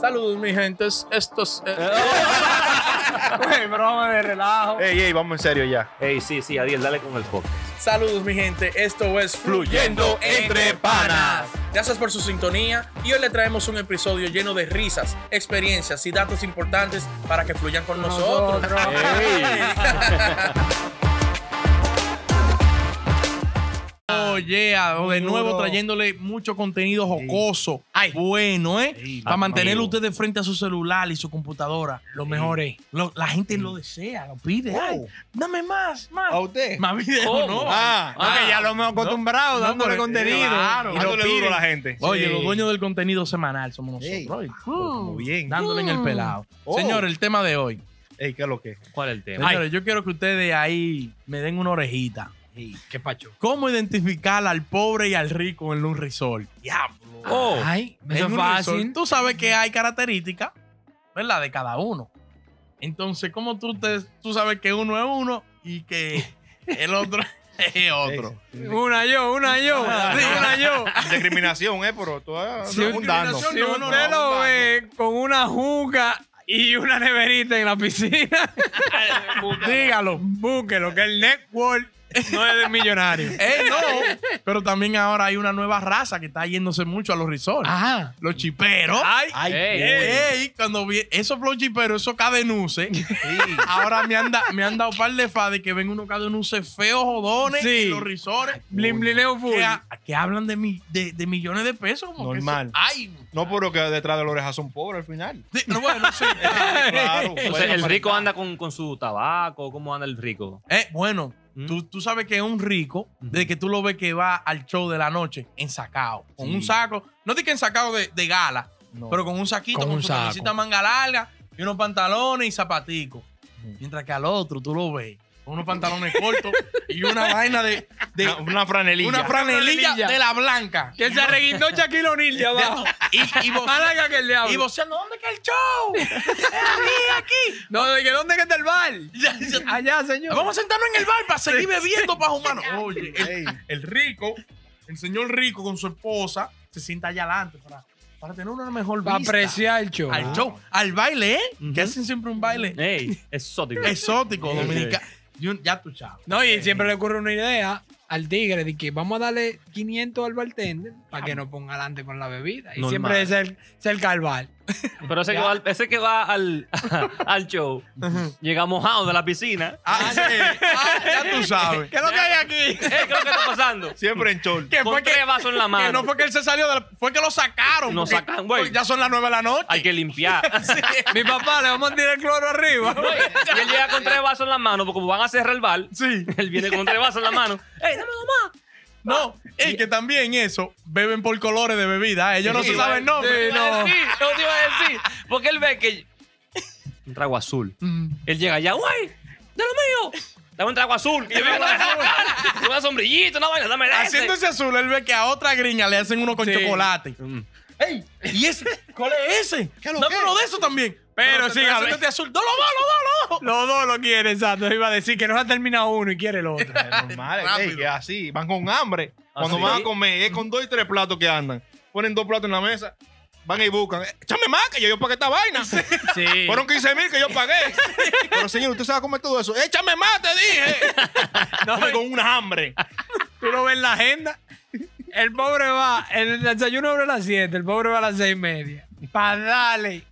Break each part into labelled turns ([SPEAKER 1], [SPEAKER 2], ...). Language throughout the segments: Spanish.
[SPEAKER 1] Saludos, mi gentes. Estos. eh,
[SPEAKER 2] Güey, broma de relajo.
[SPEAKER 3] Ey, ey, vamos en serio ya.
[SPEAKER 4] Ey, sí, sí, Adiel, dale con el podcast.
[SPEAKER 1] Saludos, mi gente. Esto es
[SPEAKER 3] Fluyendo Entre Panas.
[SPEAKER 1] Gracias por su sintonía y hoy le traemos un episodio lleno de risas, experiencias y datos importantes para que fluyan con nosotros.
[SPEAKER 2] Nosotros.
[SPEAKER 1] Oh, yeah. De nuevo trayéndole mucho contenido jocoso. Bueno, ¿eh? Para mantenerlo
[SPEAKER 4] amigo.
[SPEAKER 1] ustedes frente a su celular y su computadora. Lo mejor es. lo- la gente lo desea, lo pide. Ay, dame más, más.
[SPEAKER 3] ¿A usted?
[SPEAKER 1] Más video, no.
[SPEAKER 3] Ah, no, que ya lo hemos acostumbrado
[SPEAKER 1] No,
[SPEAKER 3] dándole
[SPEAKER 1] pero-
[SPEAKER 3] contenido.
[SPEAKER 1] claro.
[SPEAKER 3] y lo
[SPEAKER 1] Dándole
[SPEAKER 3] dándole
[SPEAKER 1] duro
[SPEAKER 3] duro
[SPEAKER 1] a la
[SPEAKER 3] la gente.
[SPEAKER 1] Oye, los dueños del contenido semanal somos nosotros. Oye,
[SPEAKER 3] Muy bien.
[SPEAKER 1] Dándole en el pelado.
[SPEAKER 3] Oh.
[SPEAKER 1] Señor, el tema de hoy.
[SPEAKER 3] Ey, ¿qué es lo que?
[SPEAKER 4] ¿Cuál es el tema?
[SPEAKER 1] Señores, yo quiero que ustedes ahí me den una orejita.
[SPEAKER 4] qué pacho.
[SPEAKER 1] ¿Cómo identificar al pobre y al rico en un resort? Diablo.
[SPEAKER 4] Oh,
[SPEAKER 2] Ay,
[SPEAKER 1] En
[SPEAKER 2] eso es
[SPEAKER 1] un resort,
[SPEAKER 2] fácil.
[SPEAKER 1] Tú sabes que hay características, ¿verdad? De cada uno. Entonces, ¿cómo tú, te, tú sabes que uno es uno y que el otro es otro?
[SPEAKER 2] Una yo, una yo, sí, una yo.
[SPEAKER 3] Discriminación, ¿eh? Pero tú estás
[SPEAKER 2] Si
[SPEAKER 3] abundando.
[SPEAKER 1] discriminación, No,
[SPEAKER 2] Si
[SPEAKER 1] no,
[SPEAKER 2] usted
[SPEAKER 1] no,
[SPEAKER 2] lo
[SPEAKER 1] no.
[SPEAKER 2] ve con una juca y una neverita en la piscina, dígalo, búsquelo, que el network no es de millonario.
[SPEAKER 1] ¡Eh, no! Pero también ahora hay una nueva raza que está yéndose mucho a los resorts.
[SPEAKER 2] Ah,
[SPEAKER 1] Los chiperos.
[SPEAKER 2] ay,
[SPEAKER 3] Ay,
[SPEAKER 4] Ey.
[SPEAKER 1] Ey, cuando vi esos flow chiperos, esos cadenuces, ahora me han, da- me han dado par de fa de que ven unos cadenuces feos, jodones,
[SPEAKER 2] Sí.
[SPEAKER 1] en los risores,
[SPEAKER 2] blin blineo full.
[SPEAKER 1] que, ha- que hablan de, mi- de, de millones de pesos. Como que
[SPEAKER 3] Normal.
[SPEAKER 1] eso- ay,
[SPEAKER 3] No, pero que detrás de la oreja son pobres al final.
[SPEAKER 1] sí, no, bueno, sí. Eh,
[SPEAKER 3] Claro.
[SPEAKER 4] O sea, el rico anda con, con su tabaco. ¿Cómo anda el rico?
[SPEAKER 1] Eh, bueno,
[SPEAKER 4] Mm.
[SPEAKER 1] tú, tú sabes que es un rico desde que tú lo ves que va al show de la noche ensacado, con
[SPEAKER 4] Sí.
[SPEAKER 1] un saco, no digo que ensacado de, de gala, pero con un saquito,
[SPEAKER 2] Con
[SPEAKER 1] con,
[SPEAKER 2] un
[SPEAKER 1] su
[SPEAKER 2] saco.
[SPEAKER 1] camisita manga larga y unos pantalones y zapaticos. Mientras que al otro tú lo ves con unos pantalones cortos y una vaina de, de
[SPEAKER 3] Una, una franelilla.
[SPEAKER 1] una franelilla de la blanca.
[SPEAKER 2] Que se arreguindó Shaquille O'Neal de abajo.
[SPEAKER 1] Y, y, bo-
[SPEAKER 2] Más larga que el diablo.
[SPEAKER 1] y voceando, ¿dónde está el show?
[SPEAKER 2] No, de que ¿dónde que está el bar? Allá, señor.
[SPEAKER 1] Vamos a sentarnos en el bar para seguir bebiendo para humanos. Oye, el-
[SPEAKER 3] Ey,
[SPEAKER 1] el rico, el señor rico con su esposa, se sienta allá adelante para, para tener una mejor
[SPEAKER 2] Para
[SPEAKER 1] vista
[SPEAKER 2] apreciar el show. Ah.
[SPEAKER 1] al show, al baile, ¿eh?
[SPEAKER 4] Ujú.
[SPEAKER 1] Que hacen siempre un baile
[SPEAKER 4] Ey, exótico.
[SPEAKER 1] exótico,
[SPEAKER 4] Sí.
[SPEAKER 1] dominicano. Y un- Ya tú sabes.
[SPEAKER 2] No, y siempre le ocurre una idea al tigre de que vamos a darle 500 al bartender para que no ponga adelante con la bebida. Y
[SPEAKER 4] Normal.
[SPEAKER 2] siempre es el, cerca al bar.
[SPEAKER 4] Pero ese que, va al, ese que va al, al show llega mojado de la piscina.
[SPEAKER 1] Ah, sí. Ah, ya tú sabes.
[SPEAKER 2] ¿Qué es lo que hay aquí?
[SPEAKER 4] Ey, ¿Qué es lo que está pasando?
[SPEAKER 3] Siempre en short.
[SPEAKER 1] Que
[SPEAKER 4] Con
[SPEAKER 1] fue que,
[SPEAKER 4] tres vasos en la mano.
[SPEAKER 1] que no fue que él se salió, de la- fue que lo sacaron.
[SPEAKER 4] Nos
[SPEAKER 1] porque-
[SPEAKER 4] sacan, güey.
[SPEAKER 1] porque Ya son las nueve de la noche.
[SPEAKER 4] Hay que limpiar.
[SPEAKER 2] Mi papá, le vamos a tirar el cloro arriba.
[SPEAKER 4] Y él llega con tres vasos en la mano, porque como van a cerrar el bar,
[SPEAKER 1] Sí.
[SPEAKER 4] él viene con tres vasos en la mano. ¡Ey, dame dos más!
[SPEAKER 1] No, y que también eso, beben por colores de bebida. eh, Ellos no
[SPEAKER 4] Sí,
[SPEAKER 1] se saben el nombre.
[SPEAKER 4] Sí, no. no te iba a decir. Porque él ve que. Un trago azul.
[SPEAKER 1] Mm.
[SPEAKER 4] Él llega allá, güey, de lo mío. Dame un trago azul. Y yo vengo con azul. Una sombrillita, una vaina, dame de ese.
[SPEAKER 1] Haciéndose azul, él ve que a otra gringa le hacen uno con
[SPEAKER 2] Sí.
[SPEAKER 1] chocolate.
[SPEAKER 4] Mm.
[SPEAKER 1] ¡Ey! ¿Y ese? ¿Cuál es ese?
[SPEAKER 3] ¿Qué lo
[SPEAKER 1] Dame
[SPEAKER 3] que?
[SPEAKER 1] uno de eso también.
[SPEAKER 2] Pero sí,
[SPEAKER 1] sigue
[SPEAKER 2] a ver.
[SPEAKER 1] haciéndote azul. ¡No, lo va, lo va,
[SPEAKER 2] Los dos lo quieren, exacto. Iba a decir que no ha terminado uno y quiere el otro.
[SPEAKER 3] Normal,
[SPEAKER 1] Rápido.
[SPEAKER 3] ey, que así. Van con hambre.
[SPEAKER 4] Ah,
[SPEAKER 3] Cuando
[SPEAKER 4] sí.
[SPEAKER 3] van a comer, es con dos y tres platos que andan. Ponen dos platos en la mesa. Van y buscan. Eh, Échame más, que yo, yo pagué esta vaina.
[SPEAKER 2] Sí.
[SPEAKER 3] Fueron 15 mil que yo pagué. Pero señor, usted se va a comer todo eso. Échame más, te dije. Come con una hambre.
[SPEAKER 2] Tú lo ves en la agenda. El pobre va, el desayuno abre a las 7, el pobre va a las 6 y media. Pa' darle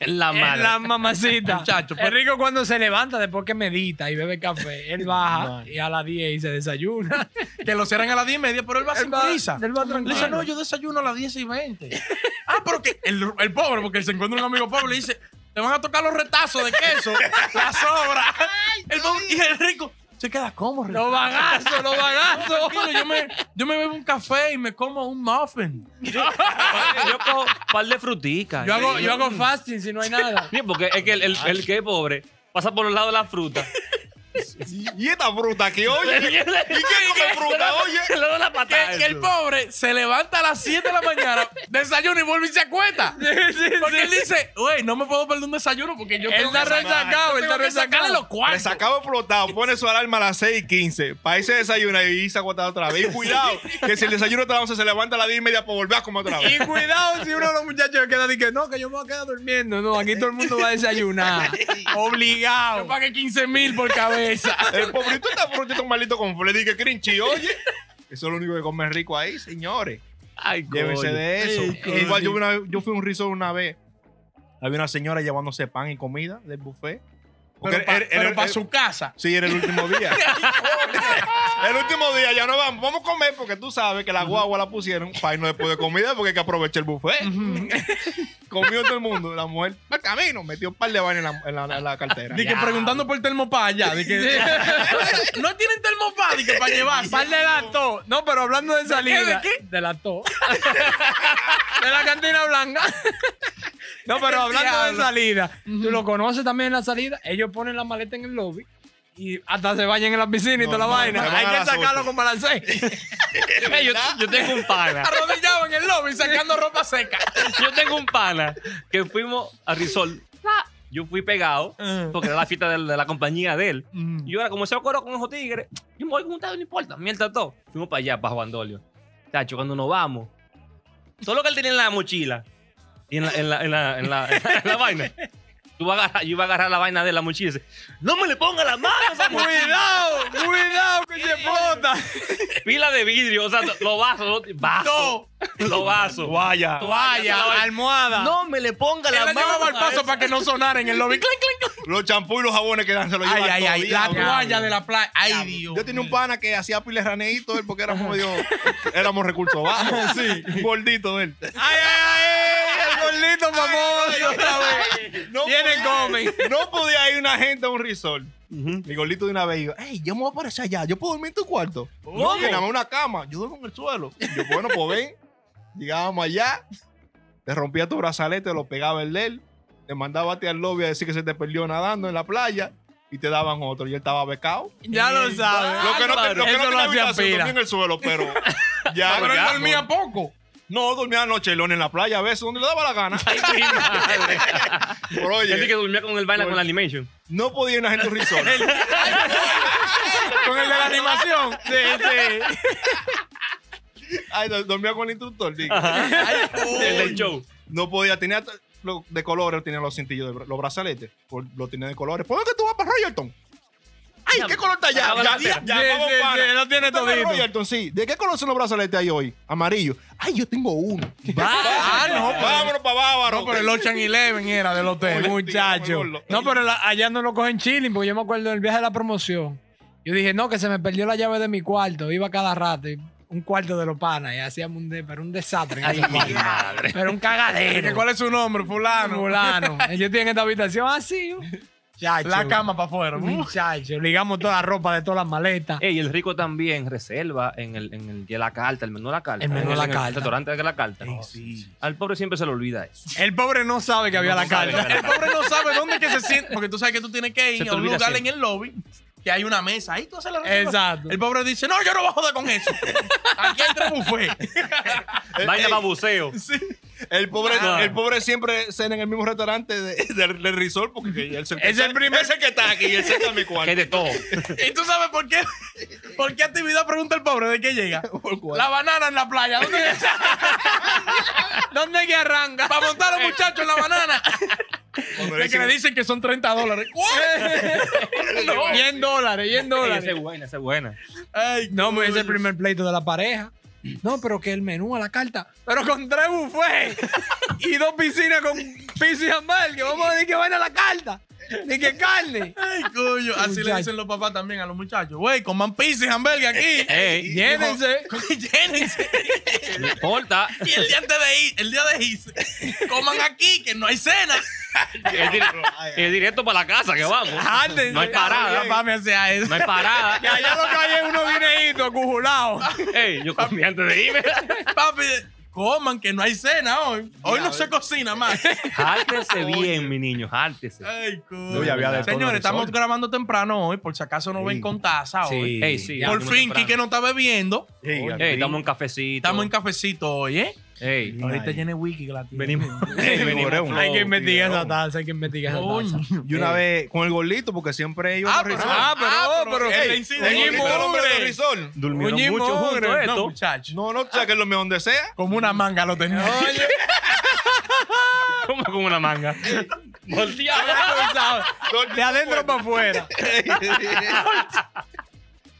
[SPEAKER 4] En la
[SPEAKER 2] en
[SPEAKER 4] madre.
[SPEAKER 2] la mamacita.
[SPEAKER 1] Muchacho,
[SPEAKER 2] el rico cuando se levanta después que medita y bebe café, él baja
[SPEAKER 3] Man.
[SPEAKER 2] y a las 10 y se desayuna.
[SPEAKER 1] lo! Que lo cierran a las 10 y media, pero él va sin
[SPEAKER 2] va-
[SPEAKER 1] prisa.
[SPEAKER 2] él va
[SPEAKER 1] Le dice,
[SPEAKER 2] tranquilo.
[SPEAKER 1] no, yo desayuno a las 10 y 20. ah, pero que el, el pobre, porque se encuentra un amigo pobre, le dice, te van a tocar los retazos de queso, la sobra. El pobre, y el rico se queda cómodo.
[SPEAKER 2] Los bagazos, los bagazos.
[SPEAKER 1] Tranquilo, yo me, yo me bebo un café y me como un muffin.
[SPEAKER 4] Yo cojo un par de fruticas.
[SPEAKER 2] Yo hago, yo hago fasting si no hay nada.
[SPEAKER 4] Sí, porque es que el, el- el que es pobre pasa por los lados de la fruta.
[SPEAKER 3] Y esta fruta aquí, oye. ¿Y quién come fruta, oye?
[SPEAKER 4] Le doy la patada.
[SPEAKER 1] Que, que el pobre se levanta a las 7 de la mañana, desayuna y vuelve y se acuesta. Porque él dice, güey, no me puedo perder un desayuno porque yo
[SPEAKER 2] Él
[SPEAKER 1] tengo
[SPEAKER 2] está
[SPEAKER 1] que sacar-
[SPEAKER 2] resacado, él
[SPEAKER 1] tengo
[SPEAKER 2] está
[SPEAKER 1] que sacarle
[SPEAKER 2] resacado.
[SPEAKER 1] los cuartos.
[SPEAKER 3] Resacado explotado, pone su alarma a las 6 y 15. Para irse a desayunar y irse a acostar otra vez. Y cuidado, que si el desayuno te la 11 se levanta a las 10 y media para volver a comer otra
[SPEAKER 2] Y
[SPEAKER 3] vez.
[SPEAKER 2] cuidado si uno de los muchachos queda de que no, que yo me voy a quedar durmiendo. No, aquí todo el mundo va a desayunar.
[SPEAKER 1] Yo
[SPEAKER 2] Obligado.
[SPEAKER 1] pagué 15 mil por cabeza.
[SPEAKER 3] El pobrito está frutito un maldito con fle. Dije, crinchi, oye. Eso es lo único que come rico ahí, señores.
[SPEAKER 2] Ay,
[SPEAKER 3] Llévense
[SPEAKER 2] coño.
[SPEAKER 3] de eso.
[SPEAKER 2] Ey, coño.
[SPEAKER 3] Igual yo, vi una- yo fui a un risor una vez. Había una señora llevándose pan y comida del buffet. Porque
[SPEAKER 1] Pero para
[SPEAKER 3] era- era- era-
[SPEAKER 1] su casa.
[SPEAKER 3] Sí, era el último día. el último día ya no vamos. Vamos a comer porque tú sabes que la guagua la pusieron para irnos después de comida porque hay que aprovechar el buffet. Comió todo el mundo. La mujer, al camino, metió un par de vainas en la, en la- en la cartera.
[SPEAKER 1] Dije,
[SPEAKER 2] Ya.
[SPEAKER 1] preguntando por termopá allá. Dije, no tienen termopá, dije, para llevar.
[SPEAKER 2] Par de lato. No, pero hablando de salida.
[SPEAKER 1] qué?
[SPEAKER 2] De lato. de la cantina blanca. No, pero hablando de
[SPEAKER 1] Diablo.
[SPEAKER 2] salida. ¿Tú lo conoces también en la salida? Ellos ponen la maleta en el lobby. Y hasta se bañan en la piscina y toda la
[SPEAKER 3] Normal, se
[SPEAKER 2] vaina.
[SPEAKER 3] van
[SPEAKER 2] Hay
[SPEAKER 3] a
[SPEAKER 2] que
[SPEAKER 3] las
[SPEAKER 2] sacarlo
[SPEAKER 3] ocho.
[SPEAKER 2] como a las seis.
[SPEAKER 4] Ey, yo, yo tengo un pana.
[SPEAKER 1] Arrodillado en el lobby sacando ropa seca.
[SPEAKER 4] Yo tengo un pana que fuimos a Risol.
[SPEAKER 3] Ah.
[SPEAKER 4] Yo fui pegado porque era la fiesta del- de, la compañía de él.
[SPEAKER 2] Mm.
[SPEAKER 4] Y yo ahora, como se coro con esos tigres, yo me voy con ustedes, no importa. Mientras todo, fuimos para allá, para Juan Dolio. Tacho, cuando nos vamos, todo lo que él tenía en la mochila y en la, en la, en la, en la, en la- en la vaina. Tú vas a agarrar, yo iba a agarrar la vaina de la mochila y dice, no me le ponga la mano a esa mochila.
[SPEAKER 2] cuidado, cuidado que se bota.
[SPEAKER 4] Pila de vidrio, o sea, los vasos, los vasos. Los vasos.
[SPEAKER 3] Vaya.
[SPEAKER 2] Toalla, almohada.
[SPEAKER 4] No me le ponga
[SPEAKER 1] Él
[SPEAKER 4] la
[SPEAKER 1] la
[SPEAKER 4] mano.
[SPEAKER 1] llevaba al
[SPEAKER 4] a
[SPEAKER 1] paso
[SPEAKER 4] esa-
[SPEAKER 1] para que no sonara en el lobby. Clink, clink, clink.
[SPEAKER 3] Los champús y los jabones que dan se los
[SPEAKER 1] Ay,
[SPEAKER 3] llevan
[SPEAKER 1] ay, ay.
[SPEAKER 3] todavía,
[SPEAKER 1] La
[SPEAKER 3] hombre.
[SPEAKER 1] toalla de la playa.
[SPEAKER 2] Ah,
[SPEAKER 1] Ay, Dios.
[SPEAKER 3] Yo tenía un pana que hacía piles raneíto él porque éramos medio, éramos recursos bajos. Sí. Gordito él.
[SPEAKER 2] Ay, ay, ay, el gordito famoso otra vez.
[SPEAKER 3] No
[SPEAKER 2] Viene
[SPEAKER 3] podía-
[SPEAKER 2] Gómez.
[SPEAKER 3] No podía ir una gente a un resort. Mi gordito de una vez dijo, hey, yo me voy a aparecer allá. Yo puedo dormir en tu cuarto.
[SPEAKER 2] Oh.
[SPEAKER 3] No, que nada más una cama. Yo duermo en el suelo. Yo, bueno, pues ven. Llegábamos allá. Te rompía tu brazalete, lo pegaba el de él. Te mandaba a ti al lobby a decir que se te perdió nadando en la playa. Y te daban otro. Y él estaba becado.
[SPEAKER 2] Ya lo sabes.
[SPEAKER 3] Lo que no, te, lo que no
[SPEAKER 2] Eso lo
[SPEAKER 3] tenía
[SPEAKER 2] hacía
[SPEAKER 3] habitación,
[SPEAKER 2] pira.
[SPEAKER 3] dormía en el suelo, pero... Ya,
[SPEAKER 1] Pero él
[SPEAKER 3] ya,
[SPEAKER 1] dormía poco.
[SPEAKER 3] No, dormía nochelón en la playa a veces, donde le daba la gana. Pero
[SPEAKER 4] Yo dije que
[SPEAKER 3] oye,
[SPEAKER 4] dormía con el vaina con la animation.
[SPEAKER 3] no podía ir a gente a un resort.
[SPEAKER 2] Con el de la animación. Sí, sí.
[SPEAKER 3] Ay, do- dormía con el instructor, digo.
[SPEAKER 4] El del show.
[SPEAKER 3] No podía, tenía t- lo- de colores, tenía los cintillos, de bra- los brazaletes, por- lo tenía de colores. ¿Por qué tú vas para Royalton? Ay, ¿qué color está allá?
[SPEAKER 4] Acaba la
[SPEAKER 3] Ya,
[SPEAKER 4] bandera.
[SPEAKER 3] ya,
[SPEAKER 2] Sí,
[SPEAKER 3] ya, vamos,
[SPEAKER 2] sí,
[SPEAKER 3] pana.
[SPEAKER 2] sí, lo tiene
[SPEAKER 3] ¿Tú estás en
[SPEAKER 2] todito.
[SPEAKER 3] Royalton, sí. ¿De qué color son los brazaletes ahí hoy? Amarillo. Ay, yo tengo uno.
[SPEAKER 1] Ah, no, pero-
[SPEAKER 3] Vámonos para Bávaro.
[SPEAKER 1] no, pero el Ocean Eleven era del hotel.
[SPEAKER 2] Muchacho. No, pero la- allá no lo cogen chilling, porque yo me acuerdo del viaje de la promoción. Yo dije, no, que se me perdió la llave de mi cuarto. Iba cada rato. y un cuarto de los panas y hacíamos un, de- pero un desastre. en ese cuarto. Pero un
[SPEAKER 1] Que
[SPEAKER 2] cagadero.
[SPEAKER 1] ¿Cuál es su nombre? Fulano.
[SPEAKER 2] Fulano. Yo estoy en esta habitación así. Muchacho.
[SPEAKER 1] Ah, La cama para afuera.
[SPEAKER 2] Muchacho. Ligamos toda la ropa de todas las maletas.
[SPEAKER 4] Ey, el rico también reserva en el, en el de la carta, el menú de la carta.
[SPEAKER 2] El menú de
[SPEAKER 4] En
[SPEAKER 2] la
[SPEAKER 4] en
[SPEAKER 2] carta.
[SPEAKER 4] restaurante de la carta.
[SPEAKER 1] Sí.
[SPEAKER 4] Al pobre siempre se le olvida eso.
[SPEAKER 2] El pobre no sabe que había la
[SPEAKER 4] sabe.
[SPEAKER 2] carta.
[SPEAKER 1] El pobre no sabe dónde que se siente. Porque tú sabes que tú tienes que
[SPEAKER 4] Se
[SPEAKER 1] ir
[SPEAKER 4] te
[SPEAKER 1] a un
[SPEAKER 4] olvida
[SPEAKER 1] lugar
[SPEAKER 4] siempre.
[SPEAKER 1] en el lobby que hay una mesa. Ahí tú haces la reserva.
[SPEAKER 2] Exacto.
[SPEAKER 1] El pobre dice, no, yo no voy a joder con eso. Aquí hay tres buffets.
[SPEAKER 4] Vaina para buceo.
[SPEAKER 3] Eh, El pobre,
[SPEAKER 4] Claro.
[SPEAKER 3] el pobre siempre cena en el mismo restaurante de- del del resort porque él se
[SPEAKER 2] Es el primer-
[SPEAKER 3] es el que está aquí y él se está en mi
[SPEAKER 4] Que
[SPEAKER 3] cuarto.
[SPEAKER 4] hay de todo.
[SPEAKER 1] ¿Y tú sabes por qué? ¿Por qué actividad pregunta el pobre de qué llega? La banana en la playa. ¿Dónde es?
[SPEAKER 2] ¿Dónde es que arranca?
[SPEAKER 1] Para montar a los muchachos en la banana.
[SPEAKER 3] Cuando le
[SPEAKER 1] De que
[SPEAKER 3] dicen-
[SPEAKER 1] le dicen que son 30 dólares.
[SPEAKER 2] Y en dólares, y en
[SPEAKER 4] Ey, Esa
[SPEAKER 2] dólares.
[SPEAKER 4] es buena, esa es buena.
[SPEAKER 1] Ay,
[SPEAKER 2] No, pues ese es el primer pleito de la pareja. No, pero que el menú a la carta. Pero con tres buffets y dos piscinas con piso y hamburgues. Vamos a decir que vaina a la carta. Ni que carne.
[SPEAKER 1] Ay, coño. Así le
[SPEAKER 2] Muchacho.
[SPEAKER 1] dicen los papás también a los muchachos. Güey, coman pizza y hamburgues aquí.
[SPEAKER 4] Ey,
[SPEAKER 2] Llévense.
[SPEAKER 1] Llénense.
[SPEAKER 4] no importa.
[SPEAKER 1] Y el día antes de ir, el día de irse, coman aquí, que no hay cena.
[SPEAKER 4] Es, dir- es directo para la casa que vamos.
[SPEAKER 2] Árdense.
[SPEAKER 4] No hay parada.
[SPEAKER 1] Papá me hacía eso.
[SPEAKER 4] No hay parada.
[SPEAKER 2] Que allá lo cae unos guineitos acujulados.
[SPEAKER 4] Ey, yo comí antes de irme.
[SPEAKER 1] Papi,
[SPEAKER 2] coman, que no hay cena hoy. Hoy
[SPEAKER 3] Ya,
[SPEAKER 2] no
[SPEAKER 3] a
[SPEAKER 2] se
[SPEAKER 3] ver.
[SPEAKER 2] cocina más.
[SPEAKER 4] Jártese bien, mi niño, jártese.
[SPEAKER 2] Ay, coño.
[SPEAKER 3] No, ya había de todo en
[SPEAKER 2] Señores,
[SPEAKER 3] el
[SPEAKER 2] estamos
[SPEAKER 3] sol.
[SPEAKER 2] grabando temprano hoy, por si acaso no
[SPEAKER 3] Sí.
[SPEAKER 2] ven con taza hoy.
[SPEAKER 4] Ey, sí, ya,
[SPEAKER 2] Por
[SPEAKER 4] muy
[SPEAKER 2] fin,
[SPEAKER 4] temprano.
[SPEAKER 2] Quique no está bebiendo.
[SPEAKER 3] Ey, al
[SPEAKER 4] Ey,
[SPEAKER 3] fin.
[SPEAKER 4] estamos en cafecito.
[SPEAKER 2] Estamos en cafecito hoy, ¿eh?
[SPEAKER 4] Ey,
[SPEAKER 2] Ahorita
[SPEAKER 3] Ay.
[SPEAKER 2] tiene wiki que la tiene.
[SPEAKER 4] venimos. Ey, venimos.
[SPEAKER 3] Moreo.
[SPEAKER 4] flow.
[SPEAKER 1] Hay que investigar
[SPEAKER 3] Tiburón.
[SPEAKER 1] esa taza, hay que investigar esa taza.
[SPEAKER 2] Coño.
[SPEAKER 3] Y una vez con el golito, porque siempre ellos.
[SPEAKER 2] Ah,
[SPEAKER 3] los
[SPEAKER 2] pero-
[SPEAKER 3] Risol.
[SPEAKER 2] ah, pero-
[SPEAKER 3] Ah,
[SPEAKER 2] pero-
[SPEAKER 3] ey,
[SPEAKER 2] es la
[SPEAKER 3] el
[SPEAKER 2] incidencia.
[SPEAKER 3] golito era el hombre de Risol.
[SPEAKER 4] Durmieron
[SPEAKER 1] Oye,
[SPEAKER 4] mucho
[SPEAKER 1] mugre,
[SPEAKER 4] juntos
[SPEAKER 2] No,
[SPEAKER 4] esto.
[SPEAKER 2] muchacho.
[SPEAKER 3] No, no, sáquenlo donde sea.
[SPEAKER 2] Como una manga lo tenía. Oye,
[SPEAKER 4] Como con una manga. Volteado.
[SPEAKER 1] De adentro para afuera.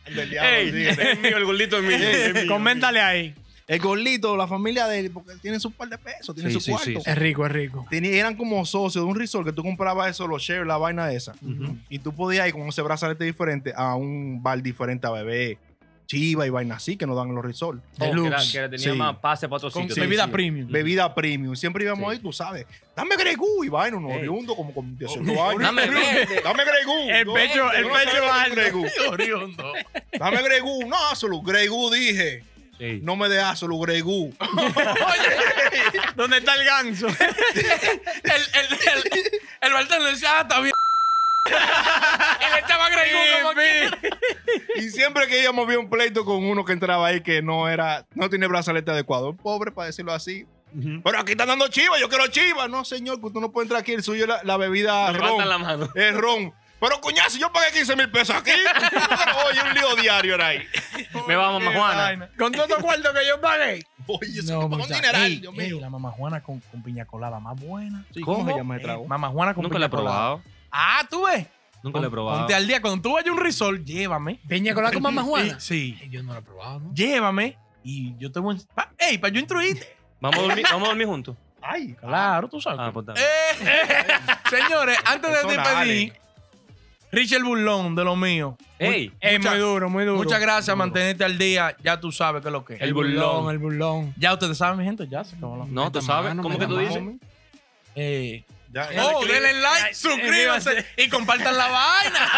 [SPEAKER 3] El del diablo,
[SPEAKER 4] Ey,
[SPEAKER 3] sí,
[SPEAKER 4] es mío, el gordito es mío. es mío.
[SPEAKER 1] Coméntale ahí.
[SPEAKER 3] El golito, la familia de él, porque tiene su par de pesos, tiene
[SPEAKER 4] Sí,
[SPEAKER 3] su
[SPEAKER 4] sí,
[SPEAKER 3] cuarto.
[SPEAKER 4] sí, sí.
[SPEAKER 1] Es rico, es rico.
[SPEAKER 3] Tenía- eran como socios de un resort que tú comprabas eso, los shares, la vaina esa. Y tú podías ir con ese brazalete diferente a un bar diferente a bebé, chiva y vaina así que nos dan en los resorts.
[SPEAKER 4] Oh, que, era,
[SPEAKER 1] Deluxe.
[SPEAKER 4] que era- tenía
[SPEAKER 3] Sí.
[SPEAKER 4] más pase para otros
[SPEAKER 2] con
[SPEAKER 4] sitios.
[SPEAKER 2] bebida
[SPEAKER 4] Sí, sí.
[SPEAKER 2] premium.
[SPEAKER 3] Bebida premium. Siempre íbamos
[SPEAKER 4] Sí.
[SPEAKER 3] ahí, tú sabes. Dame Grey Goo y vaina, unos
[SPEAKER 4] Ey.
[SPEAKER 3] oriundos como con 18 años.
[SPEAKER 4] Dame verde.
[SPEAKER 3] Dame Grey Goo.
[SPEAKER 1] El
[SPEAKER 3] Yo,
[SPEAKER 1] pecho-
[SPEAKER 3] yo
[SPEAKER 1] el
[SPEAKER 3] no sabía
[SPEAKER 1] pecho
[SPEAKER 3] lo que era
[SPEAKER 1] alto.
[SPEAKER 3] Grey Goo.
[SPEAKER 2] Oriundo.
[SPEAKER 3] Dame Grey Goo. No, solo Grey Goo dije.
[SPEAKER 4] Sí.
[SPEAKER 3] No me dejas solo Grey Goo.
[SPEAKER 1] ¿Dónde está el ganso?
[SPEAKER 2] El, el, el, el bartender decía, ah, está bien. y le echaba Grey Goose como quiera.
[SPEAKER 3] Y siempre que íbamos había un pleito con uno que entraba ahí que no era, no tiene brazalete adecuado. Pobre, para decirlo así. Pero aquí están dando chivas, yo quiero chivas. No, señor, que usted no puede entrar aquí. El suyo es la, la bebida
[SPEAKER 4] Levantan
[SPEAKER 3] ron.
[SPEAKER 4] la mano.
[SPEAKER 3] Es ron. Pero cuñazo, yo pagué 15 mil pesos aquí. Oye, un lío diario era ahí.
[SPEAKER 4] Me va mamá
[SPEAKER 2] Qué
[SPEAKER 4] Juana.
[SPEAKER 2] vaina.
[SPEAKER 1] Con todo cuarto que yo pagué.
[SPEAKER 3] Oye, eso
[SPEAKER 1] No,
[SPEAKER 3] que pagó un
[SPEAKER 1] muchacho.
[SPEAKER 3] dineral.
[SPEAKER 2] Ey,
[SPEAKER 3] Dios
[SPEAKER 2] ey,
[SPEAKER 3] mío.
[SPEAKER 2] la mamá Juana con, con piña colada más buena.
[SPEAKER 3] Sí,
[SPEAKER 4] ¿Cómo?
[SPEAKER 3] se llama ese
[SPEAKER 2] Ey,
[SPEAKER 3] trago?
[SPEAKER 2] mamá Juana con
[SPEAKER 4] Nunca la
[SPEAKER 2] piña
[SPEAKER 4] he
[SPEAKER 2] colada.
[SPEAKER 4] probado.
[SPEAKER 2] Ah, tú ves.
[SPEAKER 4] Nunca la he probado.
[SPEAKER 2] Ponte al día. Cuando tú vayas a un resort, llévame. Eh,
[SPEAKER 1] Peña con la con mamá Juana.
[SPEAKER 2] Sí.
[SPEAKER 1] Ay, Yo no lo he probado, ¿no?
[SPEAKER 2] Llévame. Y yo te voy a... Pa- ¡Ey, para yo instruirte!
[SPEAKER 4] Vamos a dormir, vamos a dormir juntos.
[SPEAKER 3] Ay,
[SPEAKER 2] Claro, tú sabes.
[SPEAKER 4] Ah, pues está bien.
[SPEAKER 2] Eh, señores, antes de
[SPEAKER 3] Personales.
[SPEAKER 2] despedir, Richard Burlón, de lo mío.
[SPEAKER 4] Ey,
[SPEAKER 1] Es
[SPEAKER 2] Mucha-
[SPEAKER 1] Eh, muy duro, muy duro.
[SPEAKER 2] Muchas gracias, mantenerte al día. Ya tú sabes qué es lo que es.
[SPEAKER 4] El
[SPEAKER 1] El
[SPEAKER 4] burlón.
[SPEAKER 1] burlón, el burlón.
[SPEAKER 2] Ya ustedes saben, mi gente, ya se acabó la-
[SPEAKER 4] no, tú sabes.
[SPEAKER 1] mano,
[SPEAKER 4] ¿Cómo que
[SPEAKER 1] meta
[SPEAKER 4] tú
[SPEAKER 1] mano.
[SPEAKER 4] dices?
[SPEAKER 2] Eh,
[SPEAKER 3] Ya, ya.
[SPEAKER 1] é?
[SPEAKER 2] oh, denle like, suscríbanse y compartan la vaina.